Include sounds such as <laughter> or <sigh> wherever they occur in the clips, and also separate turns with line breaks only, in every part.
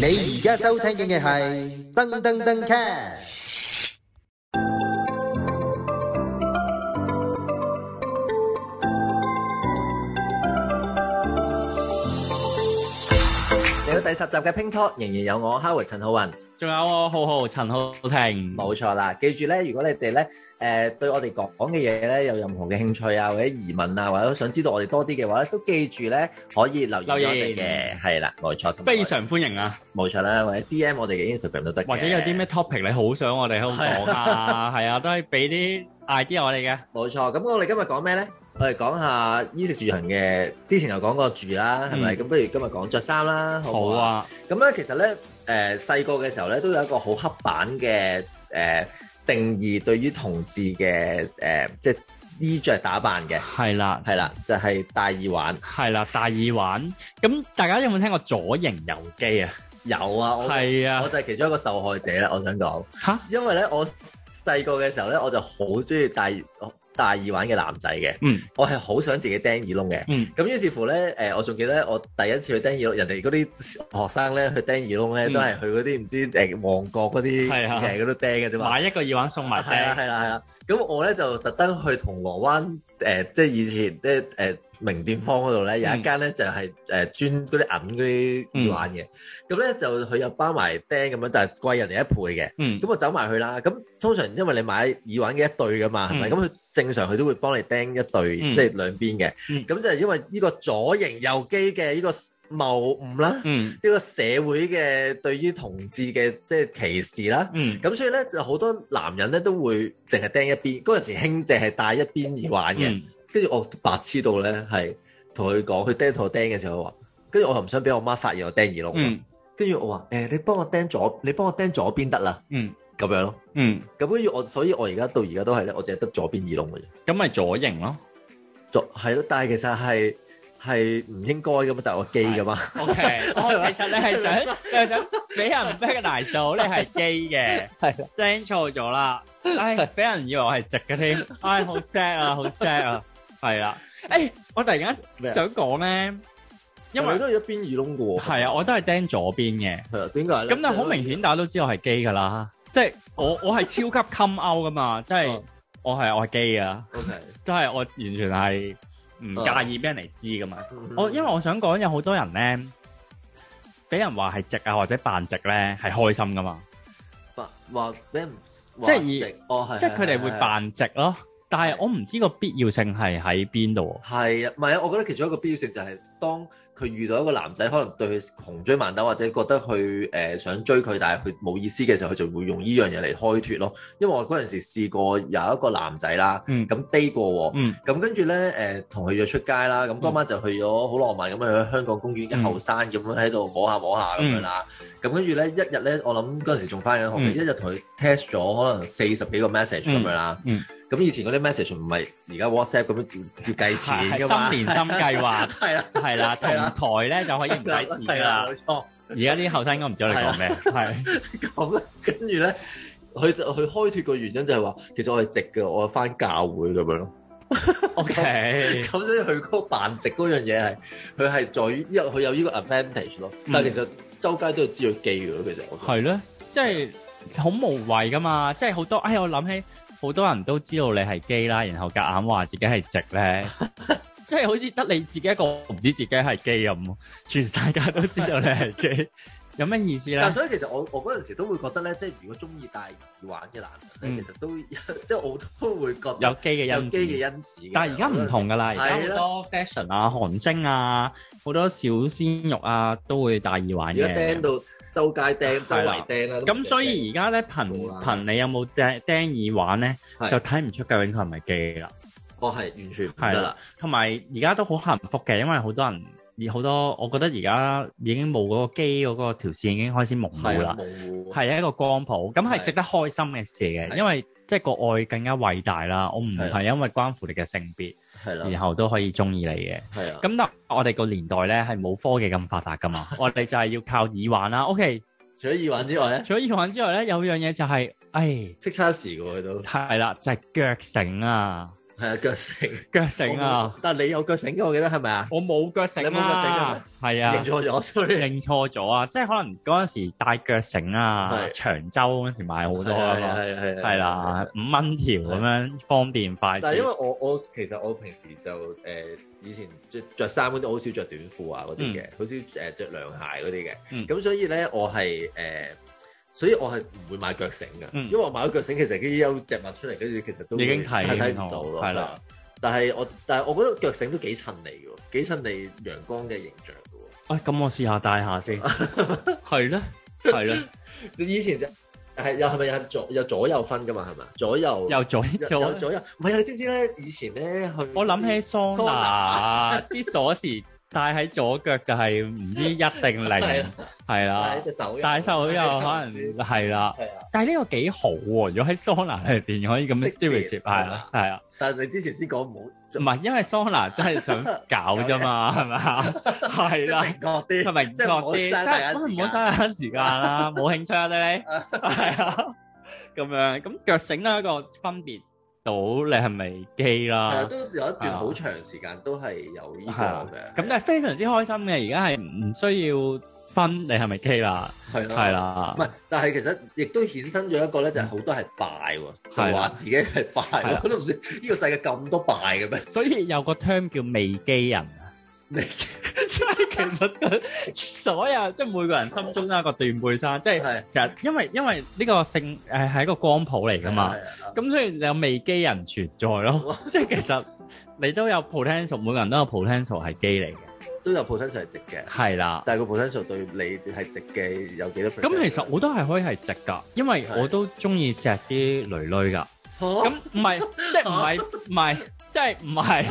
你而家收聽嘅係噔噔噔 cast。
嚟到第十集嘅 Ping Talk，仍然有我 Howard 陳浩雲，
仲有我浩浩陳浩霆，
冇錯啦。記住咧，如果你哋咧誒對我哋講嘅嘢咧有任何嘅興趣啊，或者疑問啊，或者想知道我哋多啲嘅話咧，都記住咧可以留言俾我哋
留言
嘅，係啦，冇錯，同埋
非常歡迎啊！
冇錯啦，或者 D M 我哋嘅 Instagram 都得嘅，
或者有啲咩 topic 你好想我哋喺度講啊？ <laughs> 係啊，都係俾啲 idea 我哋嘅。
冇錯。咁我哋今日講咩咧？我哋講下衣食住行嘅，之前有講過住啦，係咪？
嗯
咁不如今日講着衫啦，好
好
唔好啊？
啊，
咁咧，其實咧，誒細個嘅時候咧，都有一個好刻板嘅誒、呃定義對於同志嘅誒、呃即係衣着打扮嘅，
係啦，
係啦，就係、戴耳環。
係啦，戴耳環。咁大家有冇聽過左型右肌啊？
有啊，我
係啊
我，就係其中一個受害者啦。我想講，
吓
因為咧，我細個嘅時候咧，我就好中意戴戴耳環嘅男仔嘅，
嗯
我係好想自己釘耳窿嘅。
嗯
咁於是乎咧，誒、我仲記得我第一次去釘耳窿，人哋嗰啲學生咧去釘耳窿咧，
嗯
都係去嗰啲唔知誒旺角嗰啲
係啊
誒嗰度釘嘅啫嘛。
買一個耳環送埋
係啦
俾
係啦係啦，咁我咧就特登去銅鑼灣誒、呃即係以前即係誒名店坊嗰度
嗯
咧，有一間咧就係、誒、專嗰啲銀嗰啲耳環
嗯
嘅，咁咧、就佢又包埋釘咁樣，但係貴人哋一倍嘅。
嗯
咁我走埋去啦，咁通常因為你買耳環嘅一對噶嘛，係咪？
嗯
咁佢正常佢都會幫你釘一對，
嗯
即係兩邊嘅。
嗯
咁就係因為呢個左型右機嘅呢個謬誤啦，
嗯
呢個社會嘅對於同志嘅即係歧視啦。
嗯
咁所以咧就好多男人咧都會淨係釘一邊，嗰陣時興淨係戴一邊耳環嘅，
嗯，
跟住、我白痴到咧係同佢講，佢釘同我釘嘅時候，佢話，跟住我又唔想俾我媽發現我釘耳窿，
嗯
跟住、我話誒、你幫我釘左，你幫我釘左邊得啦，
嗯
咁樣咯，
嗯，
咁跟住我，所以我而家到而家都係咧，我淨係得左邊耳窿嘅啫，
咁咪左型咯。
左係咯，但係其實係係唔應該噶嘛，但係我基噶嘛，
O K，我 <laughs> 其實你係想
<laughs>
你係想俾人 recognize 到你係 gay 嘅，
<laughs> 係
聽錯咗啦，唉，俾人以為我係直
<laughs>
嘅添，唉，好 sad 啊，好 sad 啊，係啦，誒，我突然
咩啊
間想講咧，因
但係
為
你都係一邊耳窿嘅喎，
係啊，我都係釘左邊嘅，
係啊，點解咧？
咁但係好明顯，大家都知我係 gay 噶啦，即係我我係超級 come out 噶嘛，即係
嗯
我係我係 gay 噶，
，OK，
即係我完全係唔
嗯
介意俾人嚟知噶嘛。我因
為
為我想講有好多人咧，俾人話係直啊或者扮直咧係開心噶嘛，
嗯話俾人
即係以
話直哦，係
即係佢哋
係
會
係係
扮直咯。但係
係
我唔知個必要性係喺邊度
係啊，唔係啊，我覺得其中一個必要性就係當佢遇到一個男仔，可能對佢窮追猛打，或者覺得佢誒、呃想追佢，但係佢冇意思嘅時候，佢就會用呢樣嘢嚟開脱咯。因為我嗰陣時試過有一個男仔啦，
嗯
咁 date 過喎，
嗯
咁跟住咧誒同佢約出街啦，咁當晚就去咗好浪漫咁樣去香港公園嘅
嗯
後山咁樣喺度摸下摸下咁樣啦。咁跟住咧一日咧，我諗嗰陣時仲翻緊學，
嗯
一日同佢 test 咗可能四十幾個 message 咁樣啦。
嗯嗯
咁以前嗰啲 message 唔係而家 WhatsApp 咁樣要要計錢㗎嘛
喎，。新年新計
<laughs>
劃
係啦，
係啦，同
係啦
台咧就可以唔使錢
<laughs>
噶
係啦，
啦。
冇錯。
而家啲後生應該唔知我哋講咩，
<laughs>
係
咁咧，跟住咧，佢就佢開脱個原因就係話，其實我係直嘅，我係翻教會咁樣咯。
OK，
咁所以佢嗰個扮直嗰樣嘢係，佢係在於，因為佢
嗯
有呢個 advantage 咯。但係其實周街都係知佢基嘅咯，其實我覺得。
係啊咯，即係好無謂噶嘛，即係好多。哎，我諗起好多人都知道你係 gay 啦，然後夾硬話自己係直
<laughs>
咧，即係好似得你自己一個唔知自己係 gay 咁，全世界都知道你係
<laughs>
gay，有咩意思咧
但？所以其實我我嗰陣時都會覺得咧，即係如果中意戴耳環嘅男人咧，
嗯
其實都 <laughs> 即係我都會覺得
有 gay 嘅
有
因
基
子。
嘅因子嘅。
但係而家唔同噶啦，而
係
家
啦
好多 fashion 啊、韓星啊、好多小鮮肉啊，都會戴耳環
而家釘
嘅。
到周街釘，周
係
圍
啦
釘啦。都唔
咁所
驚
以而家咧，憑
冇啦
憑你有冇隻釘耳環咧，
係
就睇唔出究竟佢係咪 gay 啦。
我哦係完全唔
係
得
啦
啦。
同埋而家都好幸福嘅，因為好多人而好多，我覺得而家已經冇嗰個機嗰個條線已經開始模糊
係啊
啦，
模糊。
係一個光譜，咁係值得開心嘅事
係
嘅，因為即係個愛更加偉大啦。我唔係因為關乎你嘅性別，
係啦，
然後都可以中意你嘅。
係啊。
咁但我哋個年代咧係冇科技咁發達噶
<laughs>
嘛，我哋就係要靠耳環啦。OK，
除咗耳環之外咧，
除咗耳環之外咧，有樣嘢就係、唉，
識差時嘅喎佢都
係啦，就係、腳繩啊。
係啊，腳繩
腳繩啊！！
<laughs> 但係你有腳繩嘅，我記得係咪啊？
我冇腳繩
你冇腳繩㗎
啊
咩，
係啊
認，錯咗，sorry。
認錯咗啊！即係可能嗰陣時戴腳繩啊，
係
長洲嗰陣時買好多
係
啊
啊
嘛，
係啊係啊
係啦，五蚊條咁樣方便快捷
但係。因為我我其實我平時就誒、呃以前着着衫嗰啲，我好少着短褲啊嗰啲嘅，好少誒着涼鞋嗰啲嘅。
嗯
咁、所以咧，我係誒、呃所以我係唔會買腳繩嘅，
嗯
因為我買咗腳繩其實佢有隻襪出嚟，跟住其實都
已經睇
睇睇
唔
唔
到
到咯。
係啦
係啊，但係我但係我覺得腳繩都幾襯你嘅喎，幾襯你陽光嘅形象嘅喎。
喂，咁我試下戴
<laughs>
下先，係咧，係咧，
你以前就係又係咪有左有左右分㗎嘛？係嘛？左右
又做
有有
做。
左右，唔係啊！你知唔知咧？以前咧去
我諗起桑
桑
拿 <laughs> 啲鎖匙戴喺左腳就係唔知一定
係
零
啦，
係啦
戴，隻手，
戴手又可能係啦
係啊。
但係呢個幾好喎，如果喺桑拿裏邊可以咁樣
識別
stereotype 係啦，係啊，
但係你之前先講唔好，
唔係因為桑拿真係想 <laughs> 搞啫嘛，係咪啊？
即
係
係
啦
明。確啲，
係咪唔
即係唔好
覺啲？
嘥
真
大家
係
時
唔
間
好嘥大家時間啦，冇興趣啊你， <laughs> 係啊，咁樣咁腳繩咧一個分別到你係咪基
係啊，
啦，
都有一段好長時間都係有呢個
係啊
嘅，
咁但係非常之開心嘅，而家係唔需要分你係咪基啦，
係啦，
係
唔
啦，
係，但係其實亦都衍生咗一個咧，就係好多係拜喎，
係
就
啦
話自己係拜
係啦
喎，我都唔知呢個世界咁多拜嘅咩？
所以有個 term 叫未基人 <laughs> 啊。
未
所以其實佢所有即係每個人心中都有一個斷背山，即係
係
其實因為因為呢個性誒係一個光譜嚟㗎嘛。
係啊係啊
咁所以有未基人存在咯， <laughs> 即係其實你都有 potential，每個人都有 potential 係基嚟嘅，
都有 potential 係直嘅，
係啦。
但係個 potential 對你係直嘅有幾多 percent？
咁其實我都係可以係直㗎，因為
係
我都中意錫啲女女㗎。
嚇
咁唔係，即係唔係唔係，即係唔
<laughs>
係，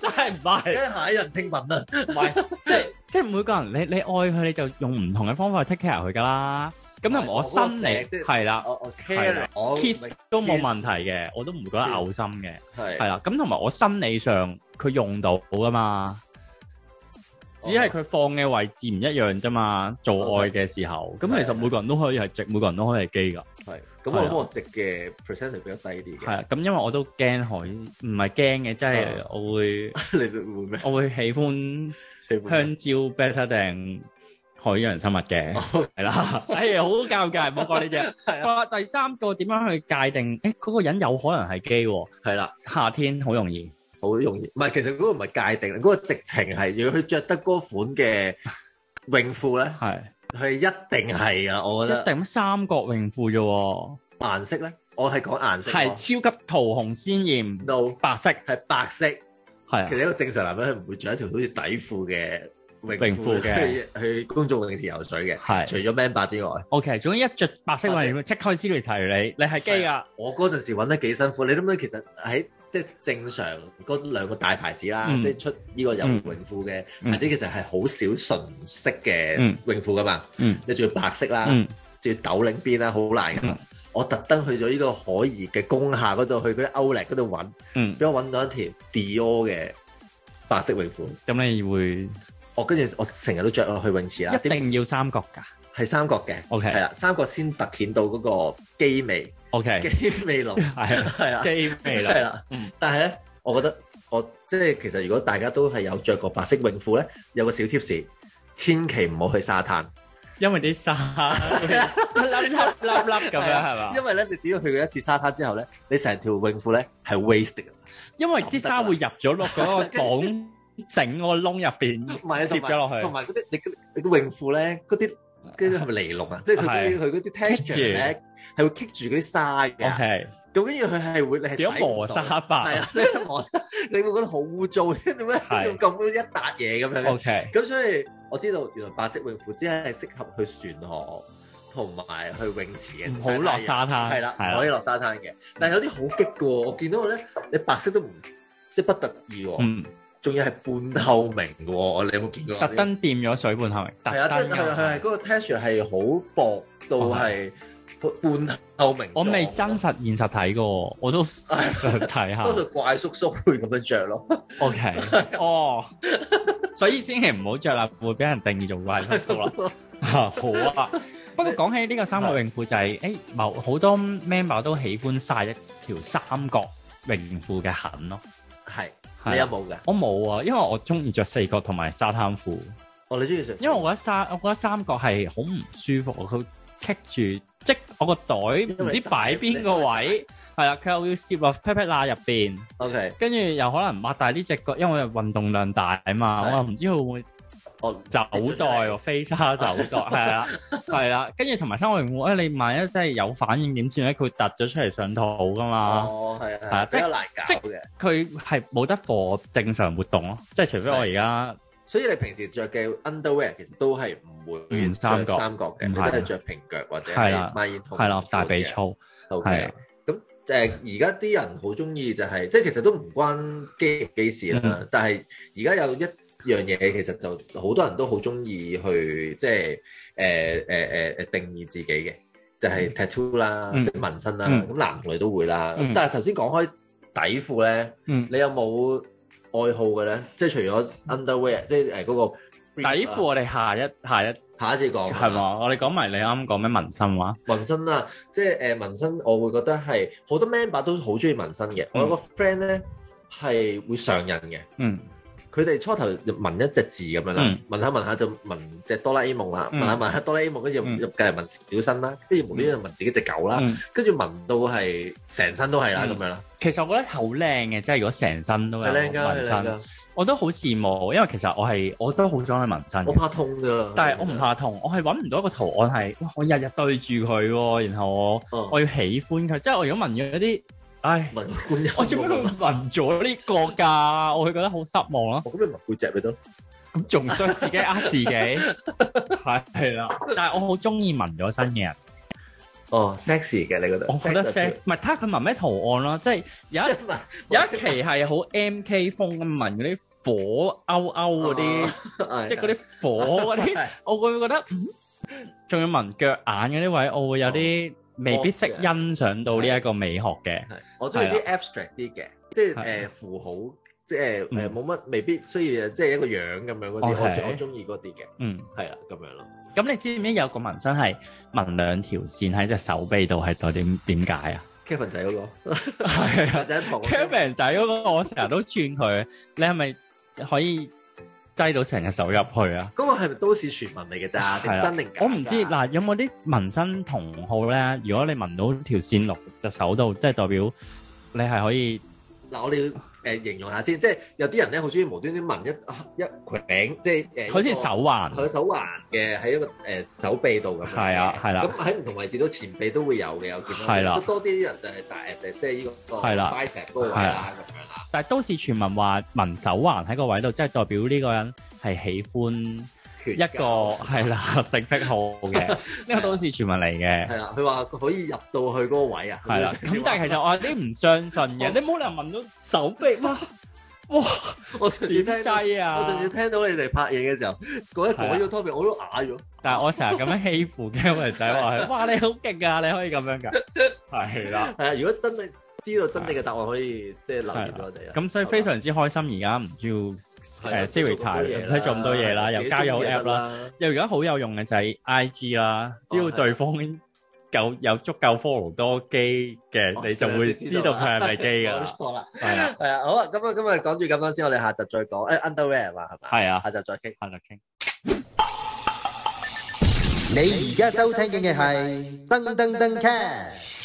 即係唔係
梗係下一人聽聞啦，
唔係， <laughs> 即係即係每個人你你愛佢，你就用唔同嘅方法去 take care 佢㗎啦。咁同埋我心
係我嗰個錫即
嚟
係
係啦，
我我
係啦
care 我
Ờ, kiss 都冇問題
kiss
嘅，我都唔會覺得嘔心嘅。
係
係啦，咁同埋我生理上佢用到噶嘛，只係佢放嘅位置唔一樣啫嘛。做愛嘅時候，咁
係
其實每個人都可以係直，每個人都可以係基噶。
係，咁
係
我
啊
諗我直嘅 percentage 比較低啲
係
<laughs> 嘅，
啊，咁因為我都驚海，唔係驚嘅，即係我會 <laughs>
你會唔會
我會喜歡
咩？
香蕉 better 定海洋生物嘅，
香
係啦。哎呀，好尷尬，唔好講呢隻。好啦第三個點樣去界定？誒，嗰個人有可能係基喎，
係啦，
夏天好容易。
好容易。唔係，其實嗰個唔係界定，嗰、個直情係要佢着得嗰款
<laughs>
嘅泳褲咧，
係
係一定係啊！我
一
覺得
定咁三角泳褲啫喎。
顏色咧，我係講顏色
係
喎，
超級桃紅鮮豔
到
白色，
係白色。
係啊
其，實一個正常男人係唔會着一條好似底褲嘅泳
泳褲嘅
去去公眾泳池游水嘅，
係
除咗 man 白之外。
OK。總之一着白色泳褲，即開始嚟提你，你係基噶，
我嗰陣時揾得幾辛苦，你諗唔諗？其實喺即係正常嗰兩個大牌子啦，
嗯
即係出呢個游泳褲嘅
嗯
牌子，其實係好少純色嘅
嗯
泳褲噶嘛。
嗯
你仲要白色啦，
嗯，
仲要斗領邊啦，好難噶嘛。我特登去咗呢個海怡嘅工廈嗰度，去嗰啲歐力嗰度揾，
嗯
俾我揾到一條 Dior 嘅白色泳褲。
咁你會
我跟住我成日都着落去泳池啦，
一定要三角噶。
係三角嘅，
OK
係啦，三角先突顯到嗰個肌味，
OK，à?
肌味濃
係啊
係啊。
基味
係
啦，
啦
嗯，
但係咧，我覺得我即係其實如果大家都係有着過白色泳褲咧，有個小貼士，千祈唔好去沙灘，
因為啲沙粒粒粒粒粒咁樣係啊嘛，
因為咧你只要去過一次沙灘之後咧，你成條泳褲咧係 waste 嘅，
因為啲沙會入咗落嗰個綁繩嗰個窿入邊，
唔係
攝咗落去
同埋嗰啲你你個泳褲咧嗰啲嗰啲係咪尼龍啊？即係佢嗰啲佢嗰啲 texture 咧係會棘住嗰啲沙嘅，
OK，啊
咁跟住佢係會你啊係
變咗
洗唔
磨
到
砂
係
白
啊，你磨砂，你會覺得好污糟， <laughs> 點解要
係
咁一笪嘢咁樣嘅？
啊，OK，
咁所以我知道原來白色泳褲只係適合去船河同埋去泳池嘅，
唔好落沙灘，
係啦，
係
唔可以落沙灘嘅。但係有啲好激嘅喎，我見到咧，你白色都唔即係不特意喎，
嗯，
仲要係半透明嘅喎，你有冇見過？啊
特登掂咗水半係咪？
係
特
啊，即
登
係係係
㗎哦
嗰個 texture 係好薄到係半透明。
我未真。啊實現實睇過，
<laughs>
我都想睇下
多。數怪叔叔會咁樣着咯，<laughs>
O K，哦，所以千祈唔好着啦，會俾人定義做怪叔叔啦。
<laughs>
啊好啊，不過講起呢個三角泳褲就係、誒、某好多 member 都喜歡晒一條三角榮褲嘅痕咯。
係
係啊
你有冇㗎？
我冇啊，因為我中意着四角同埋沙灘褲，
哦，你中意食？
因為我覺得三，我覺得三角係好唔舒服，佢棘住，即我個袋唔知擺邊個位，係啦，佢又要攝落 pat pat 罅入邊，
OK，
跟住又可能擘大呢只腳，因為我運動量大啊嘛，
係
我又唔知佢會唔會
我
走袋喎，飛沙走
<laughs>
袋，係啦，係啦，跟住同埋三角形，誒你萬一真係有反應點算咧？佢突咗出嚟上肚噶嘛，
哦，係
係
係
啊即
比較難搞
即
嘅。
佢係冇得 for 正常活動咯，即係除非我而家。
所以你平時着嘅 underwear 其實都係唔會
唔嗯三角
着三角嘅，
唔
你
係
都係着平腳或者
係啦
係孖煙筒。
係啦，大髀。粗，係啊
OK，咁誒而家啲人好中意就係，即係其實都唔關機唔機事
嗯
啦。但係而家有一樣嘢其實就好多人都好中意去即係誒誒誒誒定義自己嘅，就係 tattoo 啦，
嗯
即係紋身啦。
嗯
咁男同女都會啦。咁
嗯
但係頭先講開底褲咧。
嗯，
你有冇愛好嘅咧？即係除咗 underwear，即係誒嗰個啊
底褲我哋下一下一
下一次講
係嘛？我哋講埋你啱啱講咩紋身話，
紋身啦，即係誒紋身，我會覺得係好多 member 都好中意紋身嘅。我有個 friend 咧係會上癮嘅，
嗯
佢哋初頭就紋一隻字咁樣啦
嗯，
紋下紋下就紋隻哆啦 A 夢啦，
嗯
紋下紋下哆啦 A 夢，跟住
嗯
入繼嚟紋小新啦，跟住無端端就紋自己只狗啦，
嗯，
跟住紋到係成身都係啦
嗯
咁樣啦，
其實我覺得好靚嘅，即係如果成身都有
係靚㗎，
紋
係靚
身，
㗎，
我都好羨慕，因為其實我係我都好想去紋身
我
嘅，
怕痛㗎，
但係我唔怕痛，我係揾唔到一個圖案係，哇！我日日對住佢喎，然後我
哦
我要喜歡佢，即係我如果紋咗一啲，唉，
紋觀音，
我做咩會紋咗呢個㗎？我會覺得好失望咯。 <laughs>
我咁咪紋背脊咪得咯。
咁仲想自己呃自己，係係啦。但係我好中意紋咗身嘅人，
哦，sexy 嘅你覺得？
我覺得
sex
sex 唔係睇下佢紋咩圖案咯，即係有一
appeal
有一期係好 MK 風咁紋嗰啲火勾勾嗰啲，即係嗰啲火嗰啲，我會覺得嗯，仲要紋腳眼嗰啲位，我會有啲未必識欣賞到呢一個美學嘅。
係我中意啲 abstract 啲嘅，即係
係
誒符號，即係誒
嗯哦
冇乜，未必需要即係一個樣咁樣嗰啲，我
OK
最我中意嗰啲嘅，
嗯，
係啦咁樣咯。
咁你知唔知有個紋身係紋兩條線喺隻手臂度係代點點解啊？
Kevin 仔嗰
係啊
個，。仔堂
Kevin 仔嗰個，我成日都串佢，你係咪可以擠到成隻手入去啊？
嗰個係咪都市傳聞嚟嘅咋？
係
定
啦
真定假㗎？
我唔知嗱，有冇啲紋身同號咧？如果你紋到條線落隻手度，即係代表你係可以
嗱，我哋要誒形容下先，即係有啲人咧好中意無端端紋一一頸，即係誒
好似手。環
佢手環嘅喺一個誒手臂度咁樣嘅，
係啊係啦
咁喺唔同位置都前臂都會有嘅，有見到。
係啦
都多啲啲人就係大誒，即係呢個
係啦
bicep 嗰個位
係
啦
啦
咁樣啦。
但係都市傳聞話紋手環喺個位度，即係代表呢個人係喜歡
拳
一個
腳
係
<laughs>
啦性癖好嘅，呢個都市傳聞嚟嘅。
係啦，佢話可以入到去嗰個位啊。
係啦，咁但係其實我有啲唔相信
哦
嘅，你冇理由紋到手臂，哇哇
我上次
點
聽到，
擠啊！
我上次聽到你哋拍嘢嘅時候，嗰一改咗 topic 我都啞咗。
但係我成日咁樣欺負 Kevin 仔
<laughs>
話佢，哇你好勁啊，你可以咁樣㗎，係啦。
係啊，如果真係知道真正嘅答案，可以即係留言俾我哋啊。
咁所以非常之開心，而家唔需
係
要
啦
誒
做咁
Siri
多
台，
嘢啦
唔使做咁多嘢啦，又交友 app 啦，，又而家好有用嘅就係 IG 啦，只要對方夠有足夠 follow 多機
哦
嘅，你就會知道佢係咪機
自己中意
㗎
就得啦
啦
<laughs> 冇。錯啦，
係啦，
係啊，好啊，咁啊，今日講住咁多先，我哋下集再講。誒，underwear 嘛係嘛？
係啊，
下集再傾。
下就傾。
你而家收聽嘅係噔噔噔 c a